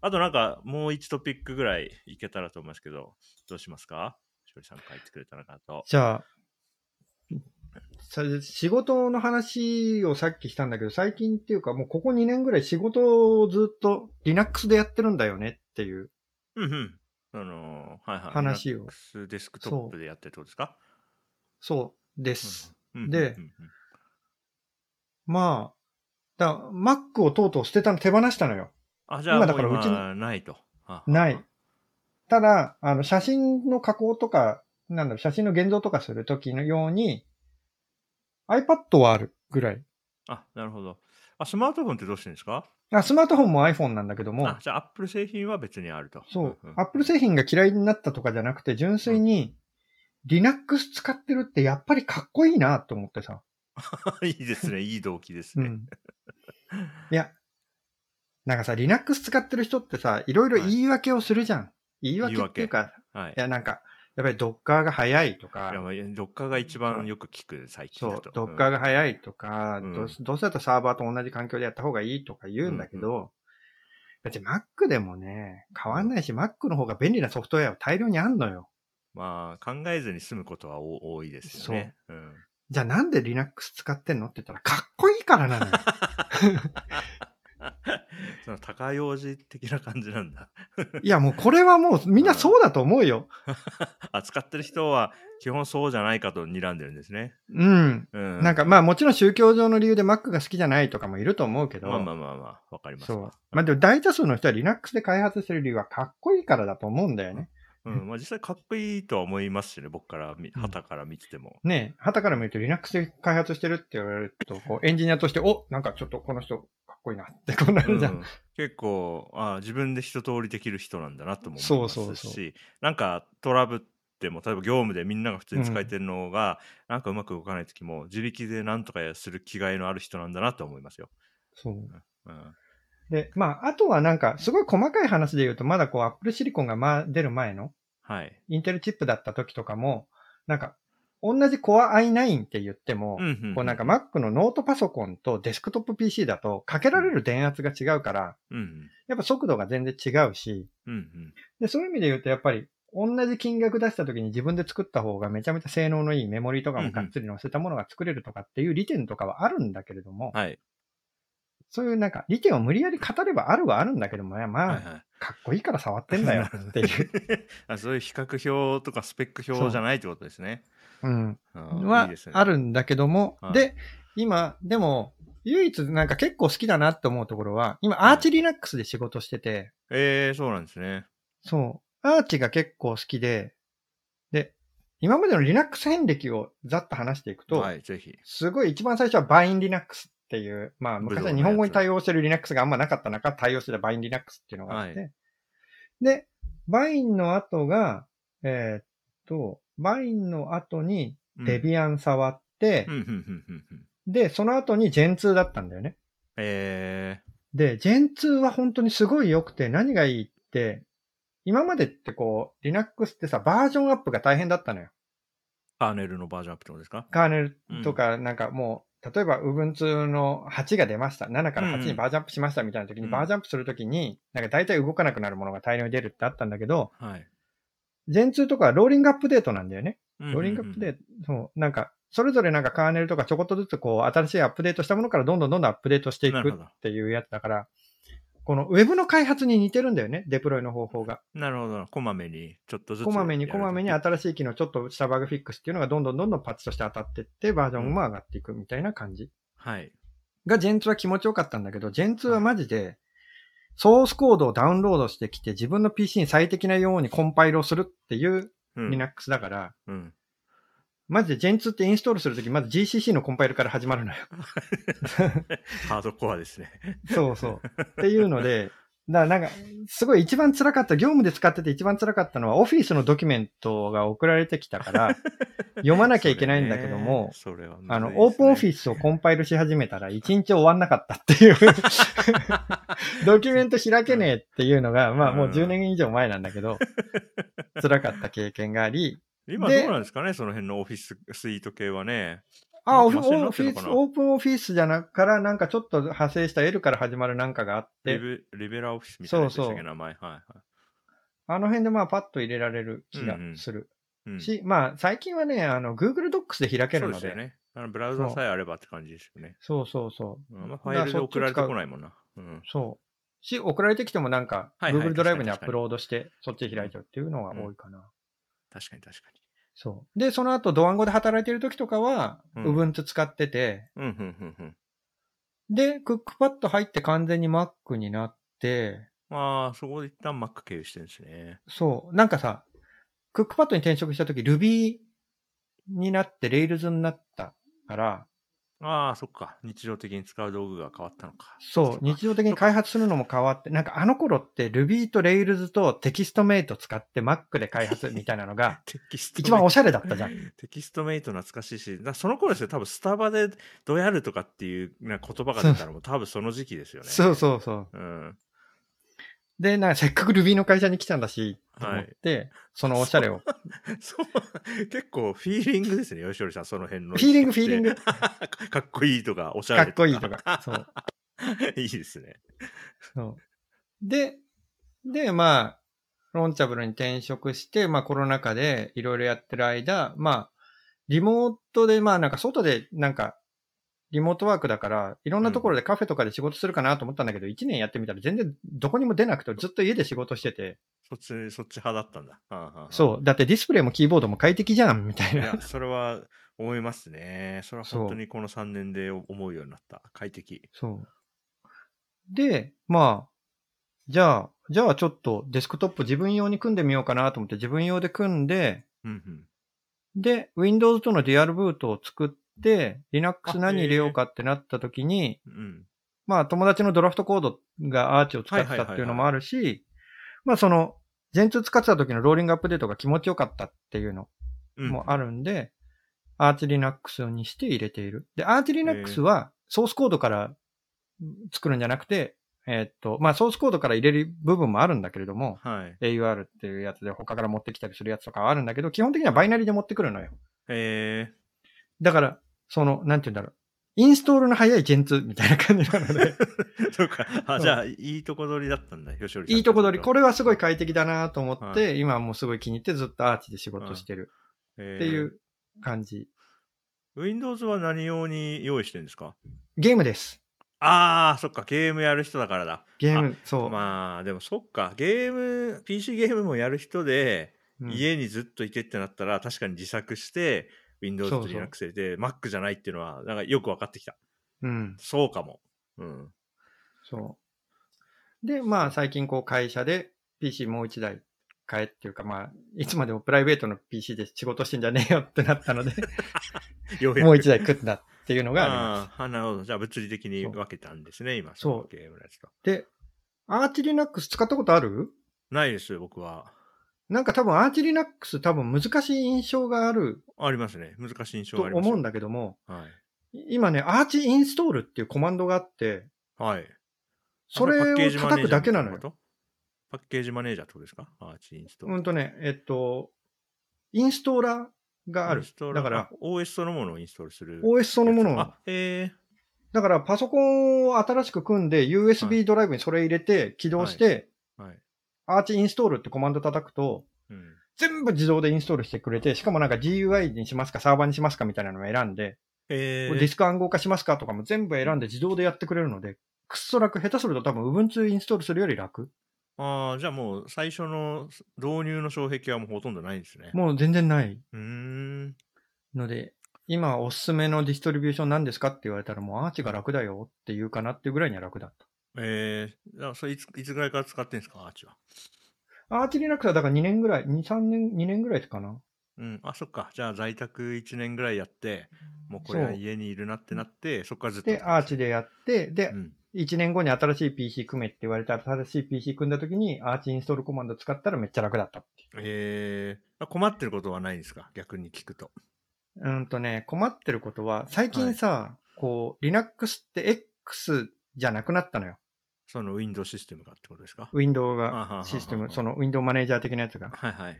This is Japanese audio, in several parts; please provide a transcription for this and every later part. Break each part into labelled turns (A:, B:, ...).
A: あとなんか、もう一トピックぐらいいけたらと思いますけど、どうしますかしおりさん帰ってくれたのかと。
B: じゃあ、さ仕事の話をさっきしたんだけど、最近っていうか、もうここ2年ぐらい仕事をずっと Linux でやってるんだよねっていう。
A: うんうん。あのーはいはい。
B: 話を
A: Linux デスクトップでやってるってことですか
B: そうです。
A: うんうん
B: で
A: うんうんうん
B: まあ、だ Mac をとうとう捨てたの手放したのよ。
A: あ、じゃあ、
B: 今
A: 今
B: だ
A: だ
B: か
A: からら
B: うちに
A: ないと。あ
B: ない。ただ、あの、写真の加工とか、なんだろう、写真の現像とかするときのように、iPad はあるぐらい。
A: あ、なるほど。あ、スマートフォンってどうしてるんですか
B: あ、スマートフォンも iPhone なんだけども
A: あ、、じゃあ、Apple 製品は別にあると。
B: そう、
A: んん
B: Apple 製品が嫌いになったとかじゃなくて、純粋に、Linux 使ってるってやっぱりかっこいいなと思ってさ。
A: いいですね。いい動機です
B: う
A: ね。
B: ん。いや、なんかさ、Linux 使ってる人ってさ、いろいろ言い訳をするじゃん。言い訳っていうか、
A: はい。
B: いや、なんか、やっぱり Docker が早いとか
A: いや、まあドッカーが一番よく聞く、最近
B: そ
A: だ
B: う
A: と。、
B: ドッカーが早いとか、
A: うん
B: どうどうせだったらサーバーと同じ環境でやった方がいいとか言うんだけど、だって Mac でもね、変わんないし、Mac の方が便利なソフトウェアは大量にあんのよ。
A: まあ、考えずに済むことはお多いですよね。うん
B: じゃあなんで Linux 使ってんのって言ったら、かっこいいからなのよ。
A: その高用事的な感じなん だ。
B: いや、もうこれはもうみんなそうだと思うよ。
A: 扱ってる人は基本そうじゃないかと睨んでるんですね。
B: うん。
A: うん。
B: なんか、まあもちろん宗教上の理由で Mac が好きじゃないとかもいると思うけど、
A: まあまあまあまあ、わかります
B: そう
A: わ。。
B: まあでも大多数の人は Linux で開発してる理由はかっこいいからだと思うんだよね。
A: うん。まあ実際かっこいいとは思いますしね、僕から見、旗から見てても。
B: ねえ、旗から見ると Linux で開発してるって言われると、こうエンジニアとして、おなんかちょっとこの人かっこいいなってこうなるじゃん。
A: うん結構あ自分で一通りできる人なんだなとも
B: そ
A: 思いうま
B: そう
A: す
B: そう
A: しなんかトラブっても例えば業務でみんなが普通に使えてるのが、なんかうまく動かない時も自力でなんとかする気概のある人なんだなと思いますよ。
B: そう
A: うん、
B: で、まあ、あとはなんか、すごい細かい話で言うと、まだこう Apple シリコンがま出る前の、
A: はい。
B: インテルチップだった時とかも、なんか、同じ Core i9 って言っても、
A: うんうん
B: こうなんか Mac のノートパソコンとデスクトップ PC だとかけられる電圧が違うから、
A: うん
B: やっぱ速度が全然違うし、
A: うんうん
B: で、そういう意味で言うとやっぱり同じ金額出した時に自分で作った方がめちゃめちゃ性能のいいメモリーとかもがっつり載せたものが作れるとかっていう利点とかはあるんだけれども、
A: はい
B: そういうなんか利点を無理やり語ればあるはあるんだけども、ま
A: は
B: あ
A: い、はい
B: かっこいいから触ってんだよっていう。
A: あそういう比較表とかスペック表じゃないってことですね。
B: うん。
A: うんいい
B: は
A: ですね
B: あるんだけども、
A: はい
B: で、今、でも、唯一なんか結構好きだなって思うところは、今、アーチリナックスで仕事してて、
A: えー、そうなんですね。
B: そう、アーチが結構好きで、で、今までのリナックス遍歴をざっと話していくと、
A: はい、ぜひ。
B: すごい一番最初はバインリナックスっていう、まあ昔は日本語に対応してるリナックスがあんまなかった中、対応してたバインリナックスっていうのがあって、
A: は
B: で、バインの後が、えーっと、バインの後にデビアン触って、
A: うんうんうんうんうん。
B: で、その後に Gen2 だったんだよね。
A: え
B: で、Gen2 は本当にすごい良くて、何がいいって、今までってこう、Linux ってさ、バージョンアップが大変だったのよ。
A: ー、カーネルのバージョンアップってことですか
B: カーネルとか、なんかもう、例えば Ubuntu の8が出ました。7から8にバージョンアップしましたみたいな時に、
A: うん
B: バージョンアップするときに、なんか大体動かなくなるものが大量に出るってあったんだけど、
A: はい。
B: Gen2 とかはローリングアップデートなんだよね。
A: ロ
B: ローリングアップデート、そう、なんか、それぞれなんかカーネルとかちょこっとずつこう、新しいアップデートしたものからどんどんどんどんアップデートしていく
A: な
B: っ
A: るほど
B: ていうやつだから、このウェブの開発に似てるんだよね、デプロイの方法が。
A: なるほど。こまめに、ちょっとずつ。
B: こまめにこまめに
A: やる
B: 新しい機能、ちょっとしたバグフィックスっていうのがどんどんどんどんパッチとして当たってって、バージョンも上がっていくみたいな感じ。
A: とはい。
B: が Gen2 は気持ちよかったんだけど、Gen2 はマジで、ソースコードをダウンロードしてきて、自分の PC に最適なようにコンパイルをするっていう
A: うん。
B: Linux だから、
A: うん。
B: マジで Gen2 ってインストールするとき、まず GCC のコンパイルから始まるのよ。
A: ハードコアですね。
B: そうそう。っていうので、だからなんか、すごい一番辛かった、業務で使ってて一番辛かったのは、オフィスのドキュメントが送られてきた から、 読まなきゃいけないんだけども、
A: それはね、
B: あの、オープンオフ
A: ス。
B: ィスをコンパイルし始めたら、一日終わんなかったって いう、ドキュメント開けねえっていうのが、まあもう10年以上前なんだけ ど、辛かった経験があり、
A: 今どう
B: で
A: なんですかね、その辺のオフィススイート系はね。
B: あ、オ
A: なん
B: フ
A: かマシにな
B: オ
A: って
B: フ
A: んの
B: ィ
A: か
B: ス、
A: な
B: オープンオフィスじゃなから、なんかちょっと派生した L から始まるなんかがあっ
A: リ
B: て、
A: ベリベラオフィスみたいなやつでしたっ
B: そう
A: け
B: そう
A: 名前。はいはい。
B: あの辺でまあパッと入れられる気がする。
A: うん、
B: し、まあ最近はね、あの、Google Docs で開ける
A: そうで
B: の
A: す
B: で、
A: よね。あのブラウザさえあればって感じですよね。
B: そうそうそう。
A: うんあんまフ
B: だから
A: ァイルで送られて
B: そっち使う
A: こないもんな。うん。
B: そう。し、送られてきてもなんか、
A: はいはい
B: Google ドライブにア
A: 確かに確かに
B: ップロードして、そっちで開いちゃうっていうのが多いかな。
A: 確かに確かに。
B: そう。で、その後、ドワンゴで働いてる時とかは、
A: うん
B: Ubuntu 使ってて、
A: うん、うん、うん、うん。
B: で、クックパッド入って完全に Mac になって、
A: まあ、そこで一旦 Mac 経由してるんですね。
B: そう。なんかさ、クックパッドに転職した時、Ruby になって Rails になったから、
A: ああ、そっか。日常的に使う道具が変わったのか。
B: そう、
A: 日
B: 日常的に開発するのも変わって、なんかあの頃って Ruby と Rails とテキストメイト使って Mac で開発みたい なのが、
A: テキスト
B: 一番お
A: し
B: しゃれだったじゃん。
A: テキストメイト懐かしいし、だその頃ですよ、多分スタバでどやるとかっていうな言葉が出たのも多分その時期ですよね。
B: そうそうそう。
A: う。うん。
B: で、なんかせっかく Ruby の会社に来たんだし、と思って、そのおしゃれを。
A: そう。結構フィーリングですね、吉織さん、その辺の。
B: フィーリングフィーリング。
A: か っこいいとか、おしゃ
B: か
A: れ
B: っこいいとか。そう。
A: いいですね。
B: そうで、で、まあ、ロンチャブルに転職して、まあコロナ禍でいろいろやってる間、まあ、リモートで、まあなんか外でなんか、リモートワークだから、いろんなところでカフェとかで仕事するかなと思ったんだけど、一年やってみたら全然どこにも出なくて、ずっと家で仕事してて、
A: そっち、そっち派だったんだ。はあはあはあ
B: そう、だってディスプレイもキーボードも快適じゃん、み たい
A: い
B: な
A: や。、それは思いますね。それは本当にこの3年で思うようになった。快適。
B: そう。で、まあ、じゃあ、じゃあちょっとデスクトップ自分用に組んでみようかなと思って自分用で組んで、
A: うんうん。
B: で、Windows とのデュアルブートを作って、Linux
A: あへ
B: 何
A: え
B: 入れようかってなった時に、
A: うん。
B: まあ友達のドラフトコードがアーチを使ってたっていうのもあるし、まあその、Gen2 使ってた時のローリングアップデートが気持ちよかったっていうの
A: うん
B: もあるんで、アーチ Linux にして入れている。で、アーチ Linux はソースコードから作るんじゃなくて、えーっと、まあソースコードから入れる部分もあるんだけれども、
A: はい。
B: AUR っていうやつで他から持ってきたりするやつとかはあるんだけど、基本的にはバイナリで持ってくるのよ。
A: え
B: だから、その、なんて言うんだろう。インストールの早い Gen2 みたいな感じなの で、
A: ー、そうか。
B: う
A: あ、
B: ん
A: じゃあ、いいとこ取りだったんだ、吉織さん。
B: いいとこ取り、こ
A: れ、
B: れはすごい快適だなと思って、
A: は
B: 今はもうすごい気に入ってずっとアーチで仕事してる
A: え
B: っ
A: ー
B: ていう感じ。
A: Windows は何用に用意してるんですか
B: ゲームです。
A: ああ、そっか。ゲームやる人だからだ。
B: ゲーム、そう。
A: まあ、でもそっか。ゲーム、PC ゲームもやる人で、
B: うん
A: 家にずっといてってなったら、確かに自作して、Windows
B: そ
A: と
B: うそう
A: Linux で、Mac じゃないっていうのは、なんかよく分かってきた。
B: うん、
A: そうかも。 うん。
B: そう。で、まあ最近こう会社で PC もう一台買えっていうか、まあ、いつまでもプライベートの PC で仕事してんじゃねえよってなった ので、
A: ようやく
B: もう一台食ったっていうのがあります。
A: あーあ、なるほど。じゃあ物理的に分けたんですね、今。
B: そう
A: のゲームのやつと。
B: で、アーチ Linux 使ったことある
A: ないです、僕は。
B: なんか多分アーチリナックス多分難しい印象がある
A: ありますね。難しい印象
B: と
A: があります
B: 思
A: よ。
B: うんだけども、
A: はい。
B: 今ね、アーチインストールっていうコマンドがあって、
A: はい。
B: それを叩くだけなの
A: あ
B: よ。
A: パッケージマネージャーってことですかアーチインストール。
B: うんとね、えっと、インストーラーがあ
A: イン
B: る
A: ス。トール
B: だから、、
A: あ OS そのものをインストールする。
B: OS そのものを、
A: あ、え
B: だからパソコンを新しく組ん
A: は
B: で、USB ドライブにそれ入れて、起動して、
A: ー、はい。
B: アーチインストールってコマンド叩くと、
A: うん。
B: 全部自動でインストールしてくれて、しかもなんか GUI にしますか、サーバーにしますかみたいなのを選んで、
A: え
B: これディ
A: ー、
B: スク暗号化しますかとかも全部選んで自動でやってくれるので、くっそ楽。下手すると多分 Ubuntu インストールするより楽。
A: ああ、じゃあもう最初の導入の障壁はもうほとんどないんですね。
B: もう全然ないう
A: ーん。
B: ので、今おすすめのディストリビューション何ですかって言われたらもうアーチが楽だよって言うかなっていうぐらいには楽だっ
A: えー、あそれいついつぐらいから使ってんですかアーチは。
B: た。アーチ Linux はだから2年ぐらい、2、3年、2年ぐらいかな。
A: うん、あ、そっか。じゃあ在宅1年ぐらいやって、もうこれは
B: そう
A: 家にいるなってなって、そっからずっと。
B: で、アーチ。でやって、で
A: う、ん。
B: 1年後に新しい PC 組めって言われて新しい PC 組んだ時にアーチインストールコマンド使ったらめっちゃ楽だったっていう。
A: えー、あ困ってることはないんですか逆に聞くと。
B: うんとね、困ってることは、最近さ、こう、Linux って X じゃなくなったのよ。
A: その Windows システムがってことですか
B: ウィンドウ
A: あはは
B: が
A: は
B: システム、そのウィンドウマネージャー的なやつが。
A: はいはい。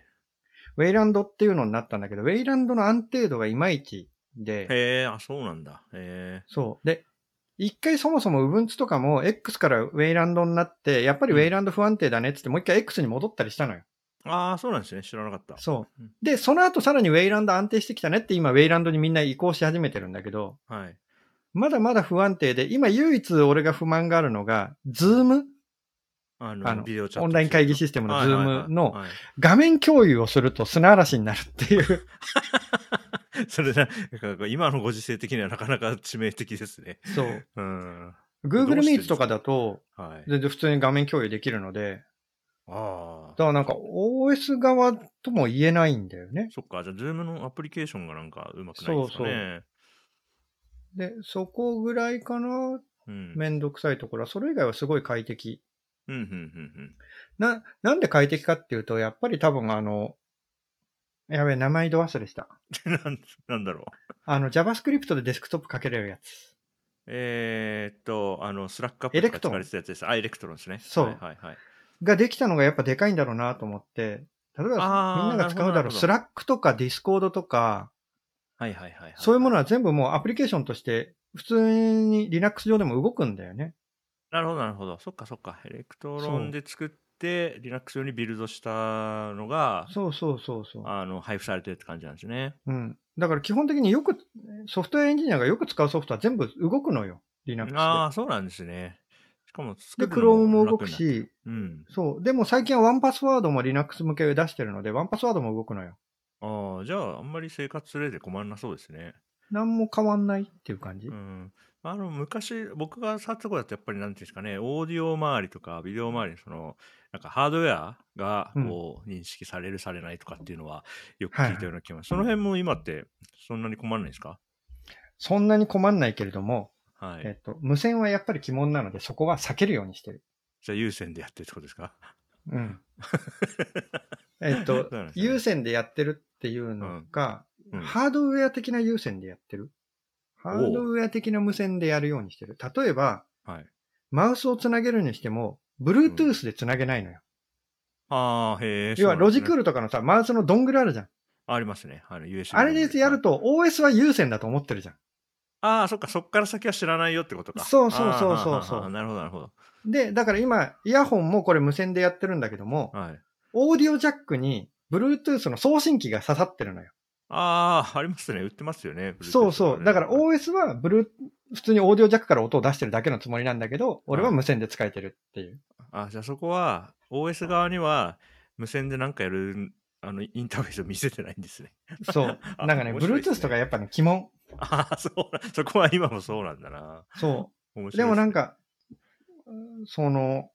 B: ウェイランドっていうのになったんだけど、ウェイランドの安定度がいまいちで、
A: へえ、あ、そうなんだ。へ
B: そう。で、一回そもそも Ubuntu とかも X から Wayland になって、やっぱり
A: うん
B: Wayland 不安定だねってって、もう一回 X に戻ったりしたのよ。
A: え。ああ、そうなんですね。知らなかった。。
B: そううんで、その後さらに Wayland 安定してきたねって今 Wayland にみんな移行し始めてるんだけど、
A: はい。
B: まだまだ不安定で、今唯一俺が不満があるのが、Zoom?
A: あの、
B: あの
A: ビデオチャット。
B: オンライン会議システムの
A: はいはいはい
B: Zoom の
A: はい
B: 画面共有をすると砂嵐になるっていう。
A: それな、なんか今のご時世的にはなかなか致命的ですね。
B: そう。
A: うん。
B: Google
A: どうしてるんです
B: Meet とかだと、
A: はい。
B: 全然普通に画面共有できるので、
A: あ
B: だ
A: あ。
B: からなんか OS 側とも言えないんだよね。
A: そっか、じゃあ、ズームのアプリケーションがなんかうまくないんですかね。
B: で、そこぐらいかな、
A: うん。うん、
B: めんどくさいところは、それ以外はすごい快適。
A: うん、うん、
B: な、なんで快適かっていうと、やっぱり多分あの、やべえ、名前ど忘れした。
A: うん。 なん、なんだろう。
B: あの、JavaScript でデスクトップかけれるやつ。
A: えー、っと、あの、スラックアップ
B: エレクト
A: と
B: ロン
A: か使われてたやつです。あ、エレクトロンですね。
B: そう
A: はい、はい、はい。
B: ができたのがやっぱでかいんだろうなと思って、例えば
A: あー
B: みんなが使う
A: な
B: だろ
A: る
B: う、
A: ほど
B: スラックとかディスコードとか、
A: はい、はい、はい。
B: そういうもの
A: は
B: は全部もうアプリケーションとして、普通に Linux 上でも動くんだよね。
A: なるほど、なるほど。そっか、そっか。エレクトロンで作って、Linux 用にビルドしたのが、
B: そうそうそうそう。
A: あの、配布されてるって感じなんですね。
B: うん。だから基本的によく、ソフトウェアエンジニアがよく使うソフトは全部動くのよ。Linux
A: ああ、そうなんですね。しかも作
B: で。
A: る
B: で、
A: の
B: Chrome も動
A: 楽に
B: く
A: なっ。
B: し、
A: うん。
B: そう。でも最近はワンパスワードも Linux 向け出してるので、ワンパスワードも動くのよ。
A: ああ、じゃあ、あんまり生活例で困らなそうですね。
B: 何も変わんないっていう感じ。
A: うん。あの、昔、僕が触ったとこだと、やっぱり、なんていうんですかね、オーディオ周りとか、ビデオ周りの、その、なんか、ハードウェアが、
B: うん
A: こう、認識される、されないとかっていうのは、よく
B: はい
A: 聞いたような気がします。その辺も今って、そんなに困らないですか
B: そんなに困んないけれども、
A: はい。
B: えっと、無線はやっぱり鬼門なので、そこは避けるようにしてる。
A: じゃあ、優先でやってるってことですか
B: うん。えっと
A: そうなんで、すね
B: 有線でやってるっていうのが、
A: うん。
B: ハードウェア的な有線でやってる。ハードウェア的な無線でやるようにしてる。例えば、
A: はい。
B: マウスをつなげるにしても、Bluetooth でつなげないのよ。
A: ああ、へえ。
B: 要は
A: そうな
B: ロ
A: んで
B: ジ
A: すね
B: クールとかのさ、マウスのドングルあるじゃん。
A: ありますね。あの、USB
B: あれでやる
A: と。
B: と OS は有線だと思ってるじゃ
A: ああ、そっか、そっから先は知らないよってことか。
B: そうそうそうそう
A: あー
B: そう
A: はーはーはーなるほど、なるほど。
B: ん。で、だから今、イヤホンもこれ無線でやってるんだけども、
A: はい。
B: オーディオジャックに Bluetooth の送信機が刺さってるのよ。
A: ああ、ありますね。売ってますよね。Bluetooth
B: そうそう。だから
A: とね
B: OS はブルー普通にオーディオジャックから音を出してるだけのつもりなんだけど、俺は無線で使えてるっていう。
A: あじゃあそこは、OS 側には、無線でなんかやる、あの、インターフェースを見せてないんですね。
B: そう。
A: あ
B: なんかね、
A: 面白いですね
B: Bluetooth とかやっぱね、鬼門。
A: ああ、そうな、そこは今もそうなんだな。
B: そう。
A: 面白いす
B: でもなん、か、うんその、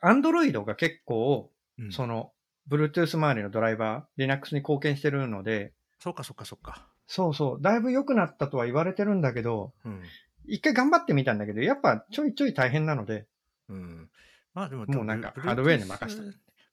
B: アンドロイドが結構、
A: うん
B: その、Bluetooth 周りのドライバー、Linux に貢献してるので、
A: そうか、そうか、そうか。
B: そうそう、だいぶ良くなったとは言われてるんだけど、
A: うん。
B: 一回頑張ってみたんだけど、やっぱちょいちょい大変なので、
A: うん。まあでも、
B: もうなんか
A: Bluetooth-
B: ハードウェアに任せ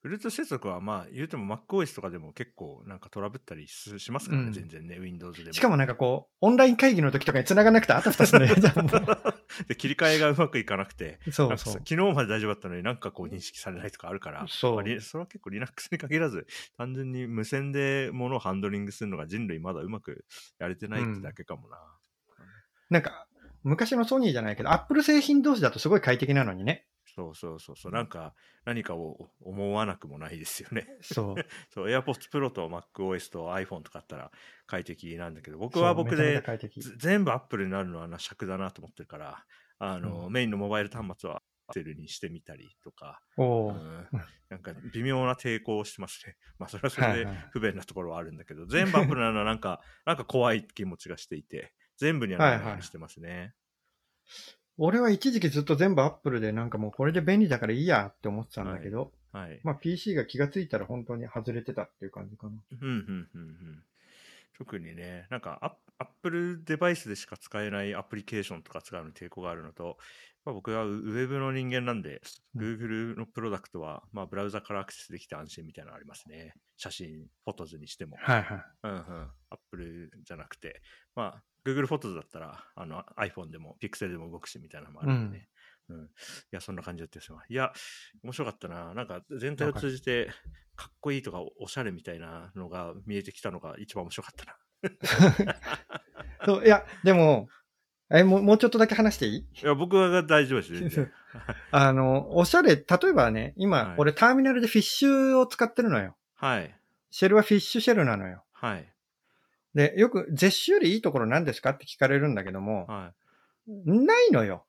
A: Bluetooth 接続はまあ言うても MacOS とかでも結構なんかトラブったりすしますからね、
B: うん
A: 全然ね、Windows でも。
B: しかもなんかこう、オンライン会議の時とかに繋がなくてあたふたするじゃん。も
A: で切り替えがうまくいかなくて、
B: う
A: な
B: そうん
A: かさ
B: そう。
A: 昨日まで大丈夫だったのになんかこう認識されないとかあるから、
B: そう
A: まあリそれは結構 Linux に限らず、単純に無線で物をハンドリングするのが人類まだうまくやれてないってだけかもな。
B: なんか、昔のソニーじゃないけど、Apple 製品同士だとすごい快適なのにね。
A: そうそうそうそう、なんか何かを思わなくもないですよね。
B: そう。
A: そう、AirPods Pro と MacOS と iPhone とかあったら快適なんだけど、僕
B: そう
A: は僕
B: めちゃめちゃ
A: で
B: 快適
A: ず全部 Apple になるのはな尺だなと思ってるから、あの、
B: う
A: メインのモバイル端末は Apple にしてみたりとか、
B: お
A: う
B: ー
A: んなんか微妙な抵抗をしてますね。 まあそれはそれ
B: は
A: で
B: いはい
A: 不便なところはあるんだけど、全部アップルなのはなんか、 なんか怖い気持ちがしていて、全部にはならないようにしてますね。
B: 俺は一時期ずっと全部アップルでなんかもうこれで便利だからいいやって思ってたんだけど、
A: はい。
B: まあ PC が気がついたら本当に外れてたっていう感じかな。
A: うんうんうんうん。特にね、なんかアッアップルデバイスでしか使えないアプリケーションとか使うのに抵抗があるのと、まあ、僕はウウェブの人間なんで、
B: うん
A: Google のプロダクトは、まあ、ブラウザからアクセスできて安心みたいなのありますね。写真、フォトズにしても。
B: はいはい。
A: うんうん。Apple じゃなくて、まあ、Google フォトズだったら、あの iPhone でも Pixel でも動くしみたいなのもあるんでね。うんいや、そんな感じだったですわ。いや、面白かったな。なんか、全 体を通じて、かっこいいとか、おしゃれみたいなのが見えてきたのが一番面白かったな。
B: そういや、でも、え、もう、もうちょっとだけ話していい
A: いや、僕は大丈夫です全 然。
B: あの、おしゃれ、例えばね、今、
A: はい
B: 俺ターミナルでフィッシュを使ってるのよ。
A: はい。
B: シェルはフィッシュシェルなのよ。
A: はい。
B: で、よく、ゼッシュよりいいところ何ですかって聞かれるんだけども、
A: はい。
B: ないのよ。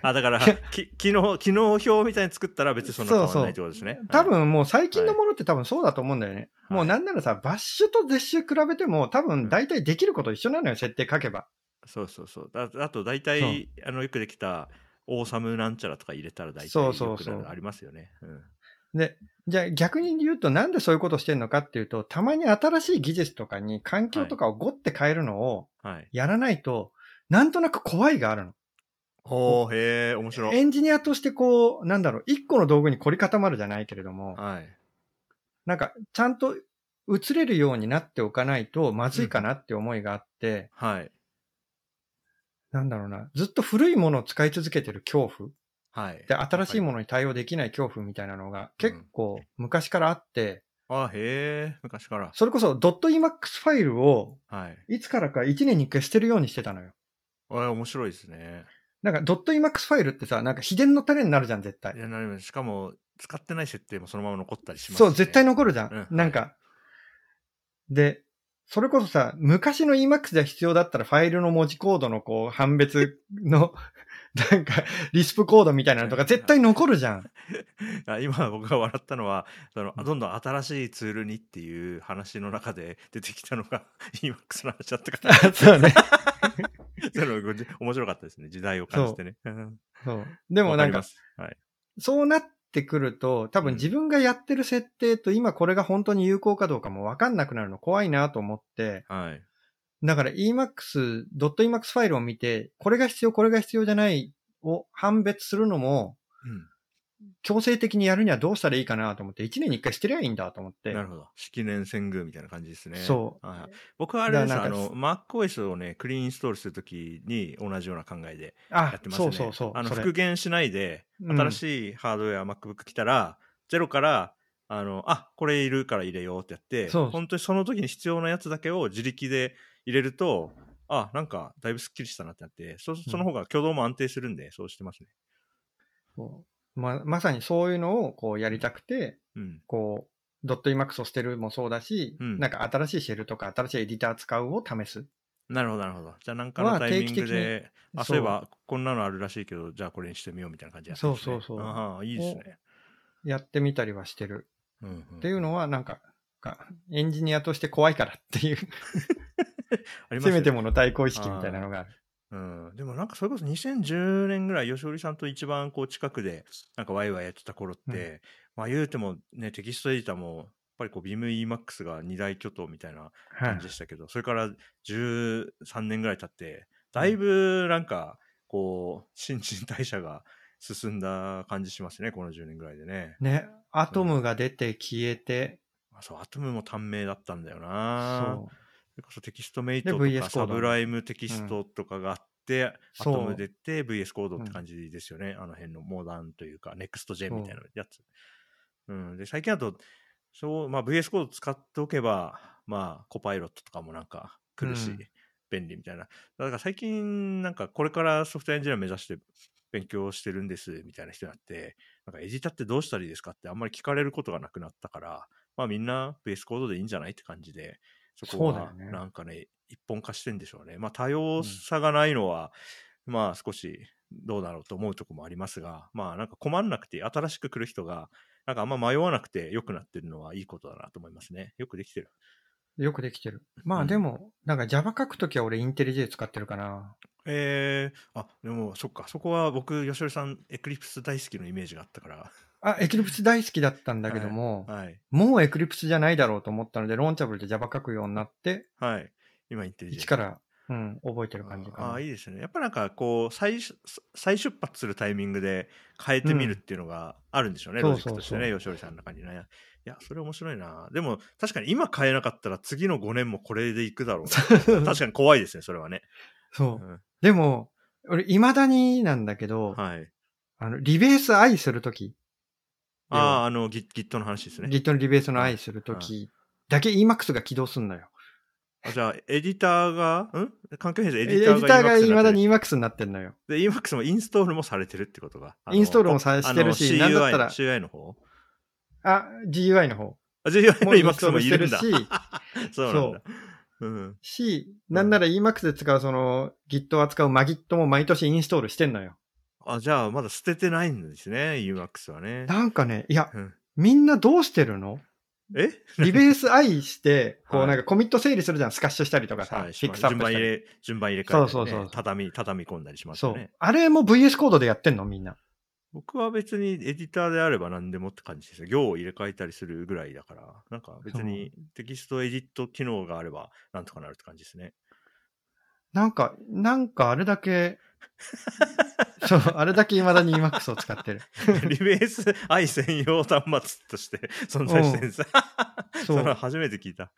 A: あ、だ から、き機能、機能表みたいに作ったら別にそんな変わらないってことですね。
B: 多分もう最近のものって多分そうだと思うんだよね。
A: はい
B: もうなんならさ、バッシュとゼッシュ比べても多分大体できること一緒なのよ、設定書けば。
A: そうそうそう。だあと大体、あの、よくできた、オーサムなんちゃらとか入れたら大体
B: そうそうそう
A: よくなるありますよね。うん
B: で、じゃあ逆に言うとなんでそういうことしてんのかっていうと、たまに新しい技術とかに環境とかをゴって変えるのを
A: はい。
B: やらないと、なんとなく怖いがあるの。
A: おー、へえ、面白
B: エ
A: い。
B: ンジニアとしてこう、なんだろう、一個の道具に凝り固まるじゃないけれども、
A: はい。
B: なんかちゃんと映れるようになっておかないとまずいかなって思いがあって、
A: はい。
B: なんだろうな、ずっと古いものを使い続けてる恐怖。
A: はい。
B: で、新しいものに対応できない恐怖みたいなのが結構昔からあって、
A: あ、へえ、昔から。
B: それこそ .emax ファイルを
A: はい。
B: いつからか1年に消してるようにしてたのよ。
A: あ面白いですね。
B: なんか .emax ファイルってさ、なんか秘伝のタレになるじゃん、絶対
A: い。や、なりますしかも、使ってない設定もそのまま残ったりします、ね。
B: そう、絶対残るじゃん。
A: うん
B: なんか。で、それこそさ、昔の Emacs では必要だったらファイルの文字コードのこう、判別の、なんか、リスプコードみたいなのとか絶対残るじゃ ん。
A: あ今僕が笑ったのはその
B: うん
A: どんどん新しいツールにっていう話の中で 出てきたのが EMAX の話だったか
B: あそうね。
A: ら そのごじ面白かったですね時代を感じてね。うん
B: そう。でも
A: わ
B: な
A: り
B: ん
A: ま
B: か、
A: すはい、
B: そうなってくると、多分自分がやってる設定と今これが本当に有効かどうかもわかんなくなるの怖いなと思って、
A: はい、
B: だから Emacs、.emacs ファイルを見て、これが必要、これが必要じゃないを判別するのも、強制的にやるにはどうしたらいいかなと思って、1年に1回してりゃいいんだと思っ
A: う
B: て。
A: ん。なるほど。式年遷宮みたいな感じですね。。
B: そう
A: はい、僕はあれです
B: だ
A: あ
B: からなん
A: の
B: か
A: MacOS をねクリーンインストールするときに同じような考えで
B: あ、
A: やってます
B: そ
A: ね。
B: うそうそう。
A: あの
B: それ
A: 復元しないで
B: うん
A: 新しいハードウェア、MacBook 来たら、ゼロから、あの、あ、これいるから入れようってやって、
B: そう
A: 本当にその時に必要なやつだけを自力で入れると、あ、なんかだいぶスッキリしたなってなって、そその方が挙動も安定するんで、そうしてますね。
B: そうま、まさにそういうのをこうやりたくて、
A: うん。
B: こう、ドット .emacs を捨てるもそうだし、
A: うん
B: なんか新しいシェルとか新しいエディター使うを試す。
A: なるほど、なるほど。じゃあなんか
B: ま
A: の
B: あ
A: タイミング
B: 定期的
A: で、あ、そういえばこんなのあるらしいけど、じゃあこれにしてみようみたいな感じでやってるんですね
B: そうそうそう
A: ああ、いいですね。
B: やってみたりはしてる。
A: うんん
B: っていうのは、なんか、がエンジニアとして怖いからっていう、
A: あります
B: せ
A: よね
B: めてもの対抗意識みたいなのがある。
A: うん、でもなんかそれこそ2010年ぐらい吉織さんと一番こう近くでなんかワイワイやってた頃って、まあ言うてもねテキストエディターもやっぱりこう BeamEmax が二大巨頭みたいな
B: はい
A: 感じでしたけど、それから13年ぐらい経ってだいぶなんかこう新陳代謝が進んだ感じしますねこの10年ぐらいでね。
B: ね、アトムが出て消えて、
A: あそうアトムも短命だったんだよな。
B: そう。
A: それこそテキストメイトと
B: で VS コ
A: か
B: ード
A: サブライムテキストとかがあって、ア
B: そう
A: トム出て VS コードって感じですよね。あの辺のモダンというか、ネクスト J みたいなやつ。うん。で、最近だと、そう、まあ VS コード使っておけば、まあコパイロットとかもなんか来るし、
B: うん
A: 便利みたいな。だから最近なんかこれからソフトウェアエンジニア目指して勉強してるんですみたいな人になって、なんかエディタってどうしたらいいですかってあんまり聞かれることがなくなったから、まあみんな VS コードでいいんじゃないって感じで、そこ
B: そうだよ
A: は
B: ね
A: なんかね、一本化してんでしょうね。まあ多様さがないのは、まあ少しどうだろうと思うとこもありますが、まあなんか困んなくて、新しく来る人が、なんかあんま迷わなくて良くなってるのはいいことだなと思いますね。よくできてる。
B: よくできてる。ま
A: う
B: あ
A: ん
B: でも、なんか Java 書くときは俺インテリ J 使ってるかな。
A: えー、あ、でもそっか、そこは僕、吉織さん、エクリプス大好きのイメージがあった から。
B: あ、エクリプス大好きだったんだけども、
A: はい。
B: もうエクリプスじゃないだろうと思ったので、ローンチャブルで Java 書くようになって、
A: はい。今言ってる
B: 一から、うん、覚えてる感じかな。
A: ああーいいですねやっぱなんかこう再出再出発するタイミングで変えてみるっていうのがあるんでしょうね、
B: そう
A: ロジックとしてね
B: そう
A: 吉織さんの中にねいやそれ面白いなでも確かに今変えなかったら次の5年もこれでいくだ ろうな確かに怖いですねそれはね、
B: そう
A: う。ん
B: でも、俺、未だになんだけど、
A: はい
B: あの、リベース愛するとき、
A: あああの Git Git の話ですね
B: Git のリベースの愛するときだけ Emacs が起動すんのよ。
A: あじゃあ、エディターが、ん環境編集エ
B: エ
A: デ
B: デ
A: ィター
B: ィタ
A: が
B: ーが
A: EMAX になって
B: 未だ
A: る
B: に EMAX になってんのよ。
A: で、EMAX もインストールもされてるってことが。あの
B: インストールもさしてるし
A: あ
B: なん
A: の
B: だったら
A: CUI の CUI の方
B: あ、GUI の方。
A: あ、GUI の
B: もうインス
A: EMAX
B: トー
A: も
B: ル
A: い
B: して
A: る
B: る
A: んだ。
B: し、
A: そうなんだ。うん。
B: し、なんなら EMAX で使うその Git を扱う Magit も毎年インストールしてんのよ。
A: あ、じゃあ、まだ捨ててないんですね、EMAX はね。
B: なんかね、いや、
A: うん
B: みんなどうしてるの
A: え
B: リベース I して、こ
A: は
B: う
A: い
B: なんかコミット整理するじゃん。スカッシュしたりとかさ、
A: はい
B: フ
A: し
B: ィッ
A: ま
B: クスアッ
A: 順
B: プ
A: 番
B: し
A: 入
B: たり。
A: れ、順番入れ替えたりね
B: そうそうそう
A: 畳、畳み込んだりしました
B: そう
A: ね。。
B: あれも VS コードでやってんのみんな。
A: 僕は別にエディターであれば何でもって感じですよ。行を入れ替えたりするぐらいだから、なんか別にテキストエディット機能があればなんとかなるって感じですね。
B: なんか、なんかあれだ け、そう、あれだけ未だに EMAX を使ってる。
A: リベース i 専用端末として存在してるんです。そ
B: そ
A: の
B: う。
A: 初めて聞いた。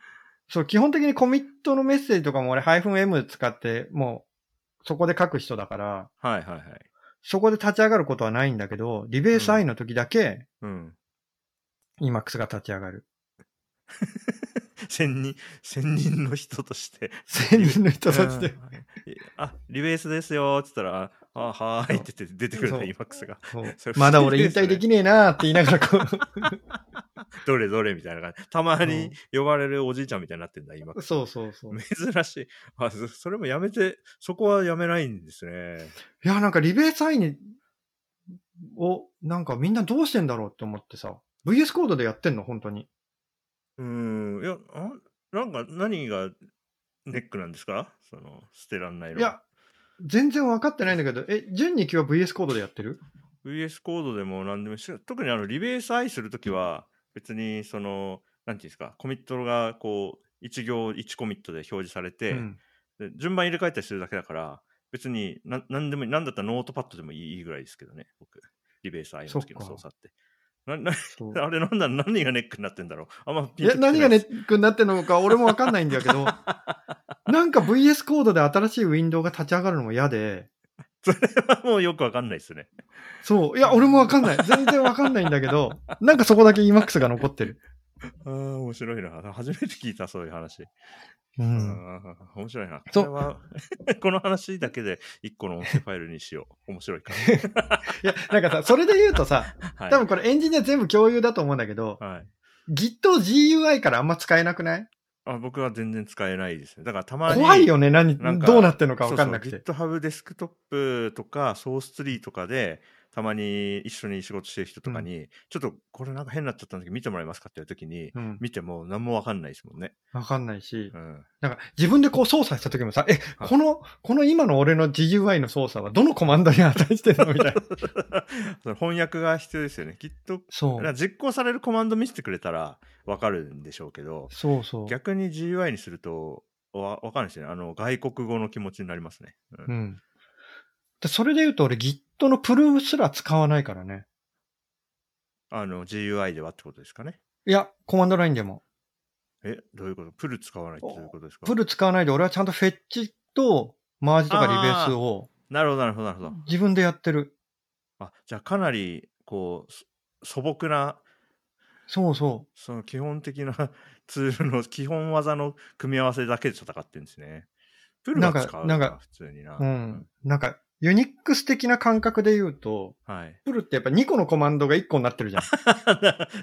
B: そう、基本的にコミットのメッセージとかも俺 -m 使って、もう、そこで書く人だから、
A: はいはいはい。
B: そこで立ち上がることはないんだけど、リベース I の時だけ
A: うん。
B: EMAX が立ち上がる。
A: 千人、千人の人として。
B: 千人の人たち
A: う
B: で
A: ん。あ、リベースですよ、つったら、あ、はーいって言って出てくるんだ、
B: そう
A: イマックスが。
B: そう
A: それ
B: まだ俺
A: 不
B: 引
A: 思議ですね
B: 退できねえなーって言いながら こ
A: どれどれみたいな感じ。たまに呼ばれるおじいちゃんみたいになってんだ、今
B: う。。そうそうそう。
A: 珍しい。あ、そそれもやめて、そこはやめないんですね。
B: いや、なんかリベースアイに、を、なんかみんなどうしてんだろうって思ってさ、VS コードでやってんの本当に。
A: うーん。いや、あなんか何がネックなんですかその、捨てらんないの。
B: いや、全然分かってないんだけど、え、順に今日は VS コードでやってる
A: VS コードでも何でもし特にあのリベース I するときは別にその何ていうんですかコミットがこう1行1コミットで表示されて、
B: うん。
A: で順番入れ替えたりするだけだから別にな何でもいい何だったらノートパッドでもいいいいぐらいですけどね僕リベース I の時の
B: そ
A: 操
B: っか
A: 作って。なな
B: そう
A: あれなんだ何がネックになってんだろうあんま
B: い
A: ピン
B: や、
A: ときてない
B: 何がネ
A: です
B: ックになってるのか俺も分かんないんだけ ど、なんか VS コードで新しいウィンドウが立ち上がるのも嫌で、
A: それは もうよくわかんないですね。
B: そう、いや、俺も分かんない。全然分かんないんだけど、なんかそこだけ EMAX が残ってる。
A: ああ、面白いな。初めて聞いた、そういう話。
B: うん。
A: あー面白いな。
B: そ
A: こ
B: う
A: れは、 この話だけで一個の音声ファイルにしよう。面白いか
B: いや、なんかさ、それで言うとさ、
A: ら。はい。
B: 多分これエンジニア全部共有だと思うんだけど、
A: はい。
B: Git を GUI からあんま使えなくない
A: あ僕は全然使えないですね。だからたまに。
B: 怖いよね、何、
A: なんか
B: どうなってんのか分かんなく
A: そうそ
B: て。
A: う GitHub デスクトップとか、ソースツリーとかで、たまに一緒に仕事してる人とかに、ちょっとこれなんか変になっちゃったんだけど、見てもらえますかって言うときに、
B: うん。
A: 見ても何もわかんないですもんね。
B: 分かんないし
A: う、ん。
B: なんか自分でこう操作した時もさ、え、
A: はい
B: この、この今の俺の GUI の操作はどのコマンドに値してんの みたいな。
A: その翻訳が必要ですよね。きっと、
B: そ
A: だから
B: う。
A: 実行されるコマンド見せてくれたらわかるんでしょうけど、
B: そうそう。
A: 逆に GUI にすると、わわかんないですね。あの、外国語の気持ちになりますね。うん
B: うん。でそれで言うと俺 Git のプルすら使わないからね。
A: あの、GUI ではってことですかね。
B: いや、コマンドラインでも。
A: え、どういうことプル使わないってどういうことですか
B: プル使わないで俺はちゃんとフェッチとマージとかリベースを
A: なるほど、なるほど、なるほど。
B: 自分でやってる。
A: あ、じゃあかなり、こう、そ素朴な、
B: そうそ
A: その基本的な ツールの基本技の組み合わせだけで戦ってるんですね。プルは使う
B: なんか
A: な
B: なんか
A: 普通にな。
B: う。うん。なんか、ユニックス的な感覚で言うと、
A: はい。
B: プルってやっぱ2個のコマンドが1個になって るじゃん。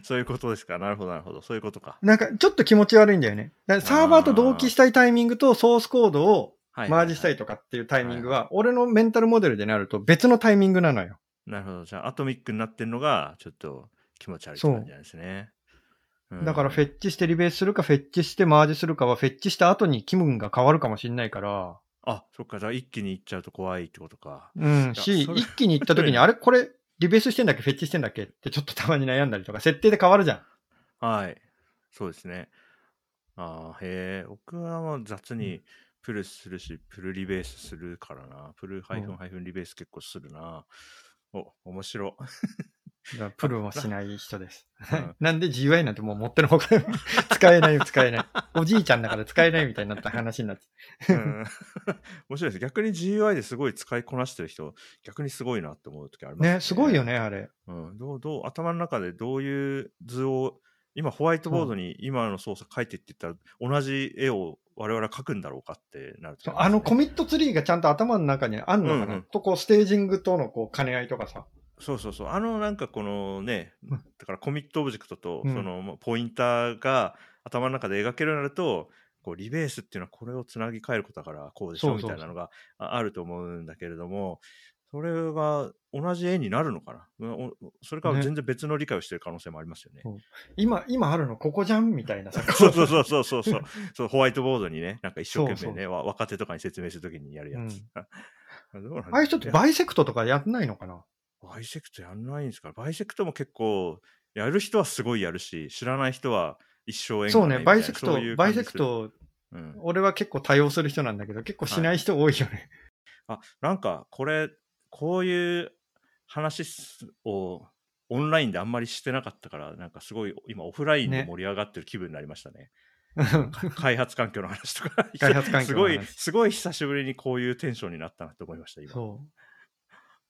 A: そういうことですか。なるほど、なるほど。そういうことか。
B: なんかちょっと気持ち悪いんだよね。だからサーバーと同期したいタイミングとソースコードを
A: はい
B: マージしたいとかっていうタイミングは、俺のメンタルモデルでなると別のタイミングなのよ。
A: なるほど。じゃあ、アトミックになってるのが、ちょっと気持ち悪いって感じなんですね。
B: だからフ
A: ェ
B: ェッチしてリベースするか、フェッチしてマージするかは、フェッチした後に気分が変わるかもしれないから、
A: あ、そっか。じゃあ、一気に行っちゃうと怖いってことか。
B: うん、し、
A: それ
B: 一気に行った 時に、あれこれ、リベースしてんだっけフェッチしてんだっけってちょっとたまに悩んだりとか、設定で変わるじゃん。
A: はい。そうですね。ああ、へえ。僕はもう雑にプルするし、プルリベースするからな。プルハイフンハイフンリベース結構するな。お、面白。
B: だからプルをしない人です。
A: うん
B: なんで GUI なんてもう持ってのほか使えないよ、使えない。おじいちゃんだから使えないみたいになった話になっ
A: う
B: て。
A: ん面白いです。逆に GUI ですごい使いこなしてる人、逆にすごいなって思う時あり ます
B: ね、すごいよね、あれ。
A: うん、どう、どう、頭の中でどういう図を、今ホワイトボードに今の操作書いてって言ったら、同じ絵を我々は書くんだろうかってなると
B: そう
A: 思いますね、
B: あのコミットツリーがちゃんと頭の中にあんのかな、
A: うんうん
B: とこうステージングとのこう兼ね合いとかさ。
A: そうそうそう。あのなんかこのね
B: うん、
A: だからコミットオブジェクトと、
B: うん
A: そのまあポインターが頭の中で描けるようになると、こうリベースっていうのはこれをつなぎ変えることだからこうでしょ
B: そう
A: み
B: そうそう
A: たいなのがああると思うんだけれども、それが同じ絵になるのかなうんおそれから
B: ね
A: 全然別の理解をしてる可能性もありますよね。
B: 今、今あるのここじゃんみたいな さ。
A: そうそうそうそうそうそうそう。ホワイトボードにね、なんか一生懸
B: そ
A: 命
B: うそう
A: ね、わ若手とかに説明するときにやるやつ。どうなんだろうね
B: ああいう人ってバイセクトとかやんないのかな
A: バイセクトやんないんですかバイセクトも結構、やる人はすごいやるし、知らない人は一生縁
B: そ
A: が
B: う
A: ない
B: ね、
A: みたいな
B: バイセク
A: そ
B: ト
A: ういう、
B: バ
A: 感
B: イ
A: じ
B: セ
A: す
B: ク
A: る
B: ト、
A: うん
B: 俺は結構多用する人なんだけど、結構しない人多いよね。
A: あ、なんかこれ、こういう話をオンラインであんまりしてなかったから、なんかすごい今オフラインで
B: ね
A: 盛り上がってる気分になりましたね。
B: うん
A: 開発環境の話とか、
B: 開発環
A: す
B: 境の話
A: ごい、すごい久しぶりにこういうテンションになったなって思いました、今。
B: そ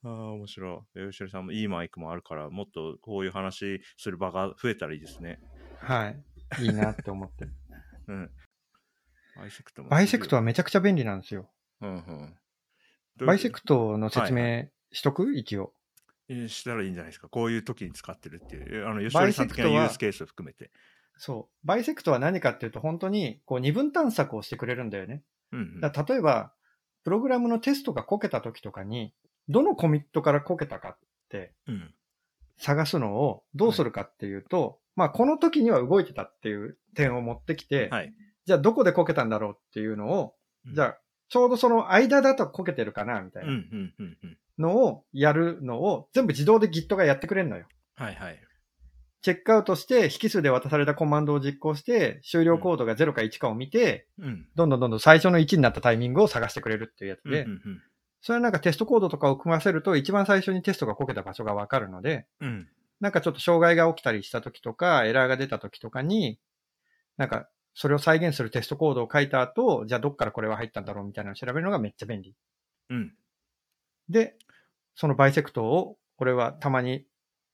A: ああ、面白い。吉りさんもいいマイクもあるから、もっとこういう話する場が増えたらいいですね。
B: う。はい。いいなって思っ てる。
A: うん。バイセクトも。
B: バイセクトはめちゃくちゃ便利なんですよ。
A: うんうん。
B: バイセ
A: ト
B: クトの説明しとく、一応。
A: したらいいんじゃないですか。こういう時に使ってるっていう。あの、吉
B: バ
A: り
B: イ
A: さ
B: セ
A: ん
B: ク
A: 的
B: ト
A: な
B: は
A: ユースケースを含めて。
B: そう。バイセクトは何かっていうと、本当に、こう、二分探索をしてくれるんだよね。
A: うん、うん。
B: だから例えば、プログラムのテストがこけた時とかに、どのコミットからこけたかって
A: うん。
B: 探すのをどうするかっていうと、まあ、この時には動いてたっていう点を持ってきて、
A: はい。
B: じゃあどこでこけたんだろうっていうのを、じゃ
A: あ、
B: あ、ちょうどその間だとこけてるかな、みた
A: う
B: い
A: んう
B: なん
A: うんうん。
B: のをやるのを、全部自動で Git がやってくれるのよ。
A: はいはい。
B: チェックアウトして、引数で渡されたコマンドを実行して、終了コードが0か1かを見て、
A: うん。
B: どんどんどんどん最初の1になったタイミングを探してくれるっていうやつで、
A: うんうん
B: それはなんかテストコードとかを組ませると、一番最初にテストがこけた場所がわかるので、
A: うん。うん。
B: なんかちょっと障害が起きたりした時とか、エラーが出た時とかに、なんかそれを再現するテストコードを書いた後、じゃあどっからこれは入ったんだろうみたいなのを調べるのがめっちゃ便利。
A: うん。
B: で、そのバイセクトを、これはたまに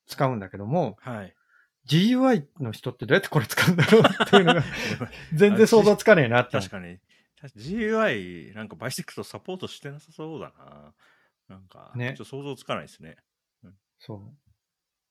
B: 使うんだけども、
A: はい。
B: GUI の人ってどうやってこれ使うんだろうっていう のが全然想像つかねえなって。
A: 確かに。確か GUI、なんかバイセクトサポートしてなさそうだな。なんか、
B: ね
A: ちょっと想像つかないですね。
B: そう。っ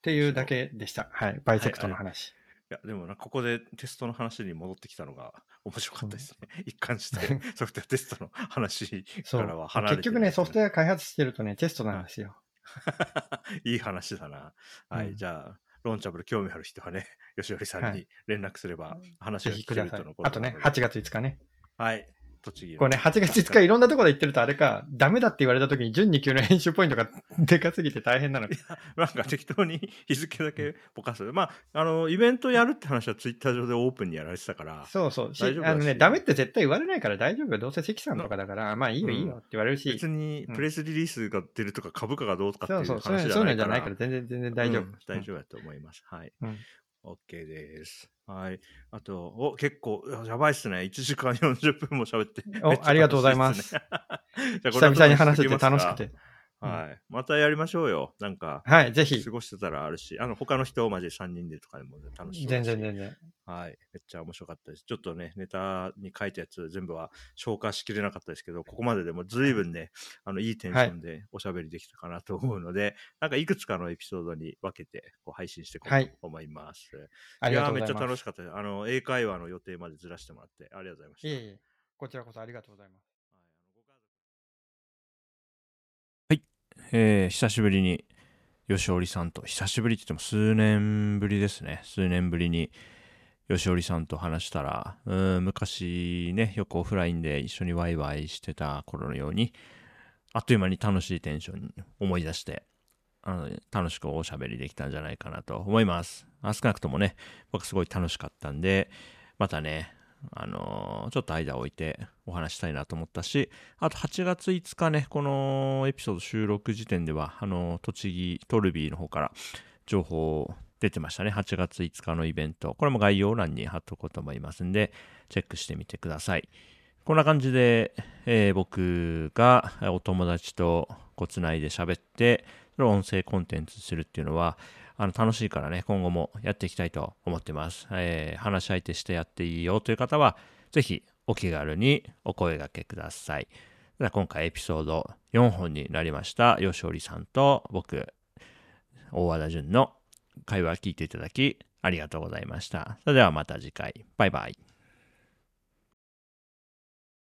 B: ていうだけでした。はい。バイセクトの話。
A: いや、でもな、ここでテストの話に戻ってきたのが面白かったですね。 一貫して ソフトウェアテストの話
B: そ
A: から
B: う
A: は。離れて
B: 結局ね、ソフトウェア開発してるとね、テストなんですよ。
A: ェア。 いい話だな。はい、
B: うん
A: じゃあ、ロンチャブル興味ある人はね、 吉織さん
B: は
A: に連絡すれば話
B: ぜ
A: が
B: ひ
A: 聞
B: く
A: け
B: だ
A: る
B: さい
A: との。こと
B: あとね、
A: 八
B: 8月5日ね。
A: はい、栃木の
B: これね、8月5日いろんなところで言ってるとあれか、ダメだって言われた時に準2級の編集ポイントがでかすぎて大変なのか。
A: なんか適当に 日付だけぼかす。まあ、あの、イベントやるって話はツイッター上でオープンにやられてたから、
B: そうそう。し
A: 大丈夫だし
B: あのね、ダメって絶対言われないから大丈夫よ。どうせ関さんとかだから、まあいいよ
A: うん
B: いいよって言われるし。
A: 別にプレスリリースが出るとか株価がどうとかって
B: そう
A: い
B: そうう、そういう
A: 話
B: の
A: じ
B: そう
A: ゃ
B: い
A: ない
B: うのじ
A: か
B: ゃない
A: ら
B: から、全然全然大丈夫
A: うん。大丈夫だと思います。はい。
B: うん
A: OK です。はい。あと、お、結構、ややばいっすね。1時間40分も喋って。
B: お
A: めっちゃ楽しっすね
B: ありがとうございます
A: じゃあこ
B: 夫。久
A: れ
B: 々に話せて楽し
A: は続
B: く
A: きま
B: て。
A: すか。はい。またやりましょうよ。なんか、
B: はい、ぜひ
A: 過。ごしてたらあるし、あの、他の人を交え3人でとかでも楽しい。
B: 全然全然。
A: はい。めっちゃ面白かったです。ちょっとね、ネタに書いたやつ全部は消化しきれなかったですけど、ここまででも随分ね、あの、いいテンションでおしゃべりできたかなと思うので、 なんかいくつかのエピソードに分けてこう配信していこ
B: は
A: う
B: い
A: と思います。
B: ありがとうございます。
A: やーめっちゃ楽しかったです。あの、英会話の予定までずらしてもらって、ありがとうございました。
B: いえいえ、こちらこそありがとうございます。
A: はい、えー久しぶりに吉織さんと久しぶりって言っても数年ぶりですね数年ぶりに吉織さんと話したらうーん昔ねよくオフラインで一緒にワイワイしてた頃のようにあっという間に楽しいテンションに思い出してあの楽しくおしゃべりできたんじゃないかなと思いますあ少なくともね僕すごい楽しかったんでまたねあのーちょっと間を置いてお話したいなと思ったしあと8月5日ね、このエピソード収録時点では、あの、栃木トルビーの方から情報出てましたね。8月5日のイベント。これも概要欄に貼っとこうと思いますんで、チェックしてみてください。こんな感じで、えー僕がえーお友達とこうつないで喋って、それを音声コンテンツするっていうのは、あの楽しいからね、今後もやっていきたいと思ってます。えー話し相手してやっていいよという方は、ぜひお気軽にお声掛けください。では今回エピソード4本になりました。吉織さんと僕、大和田淳の会話聞いていただきありがとうございました。それではまた次回。バイバイ。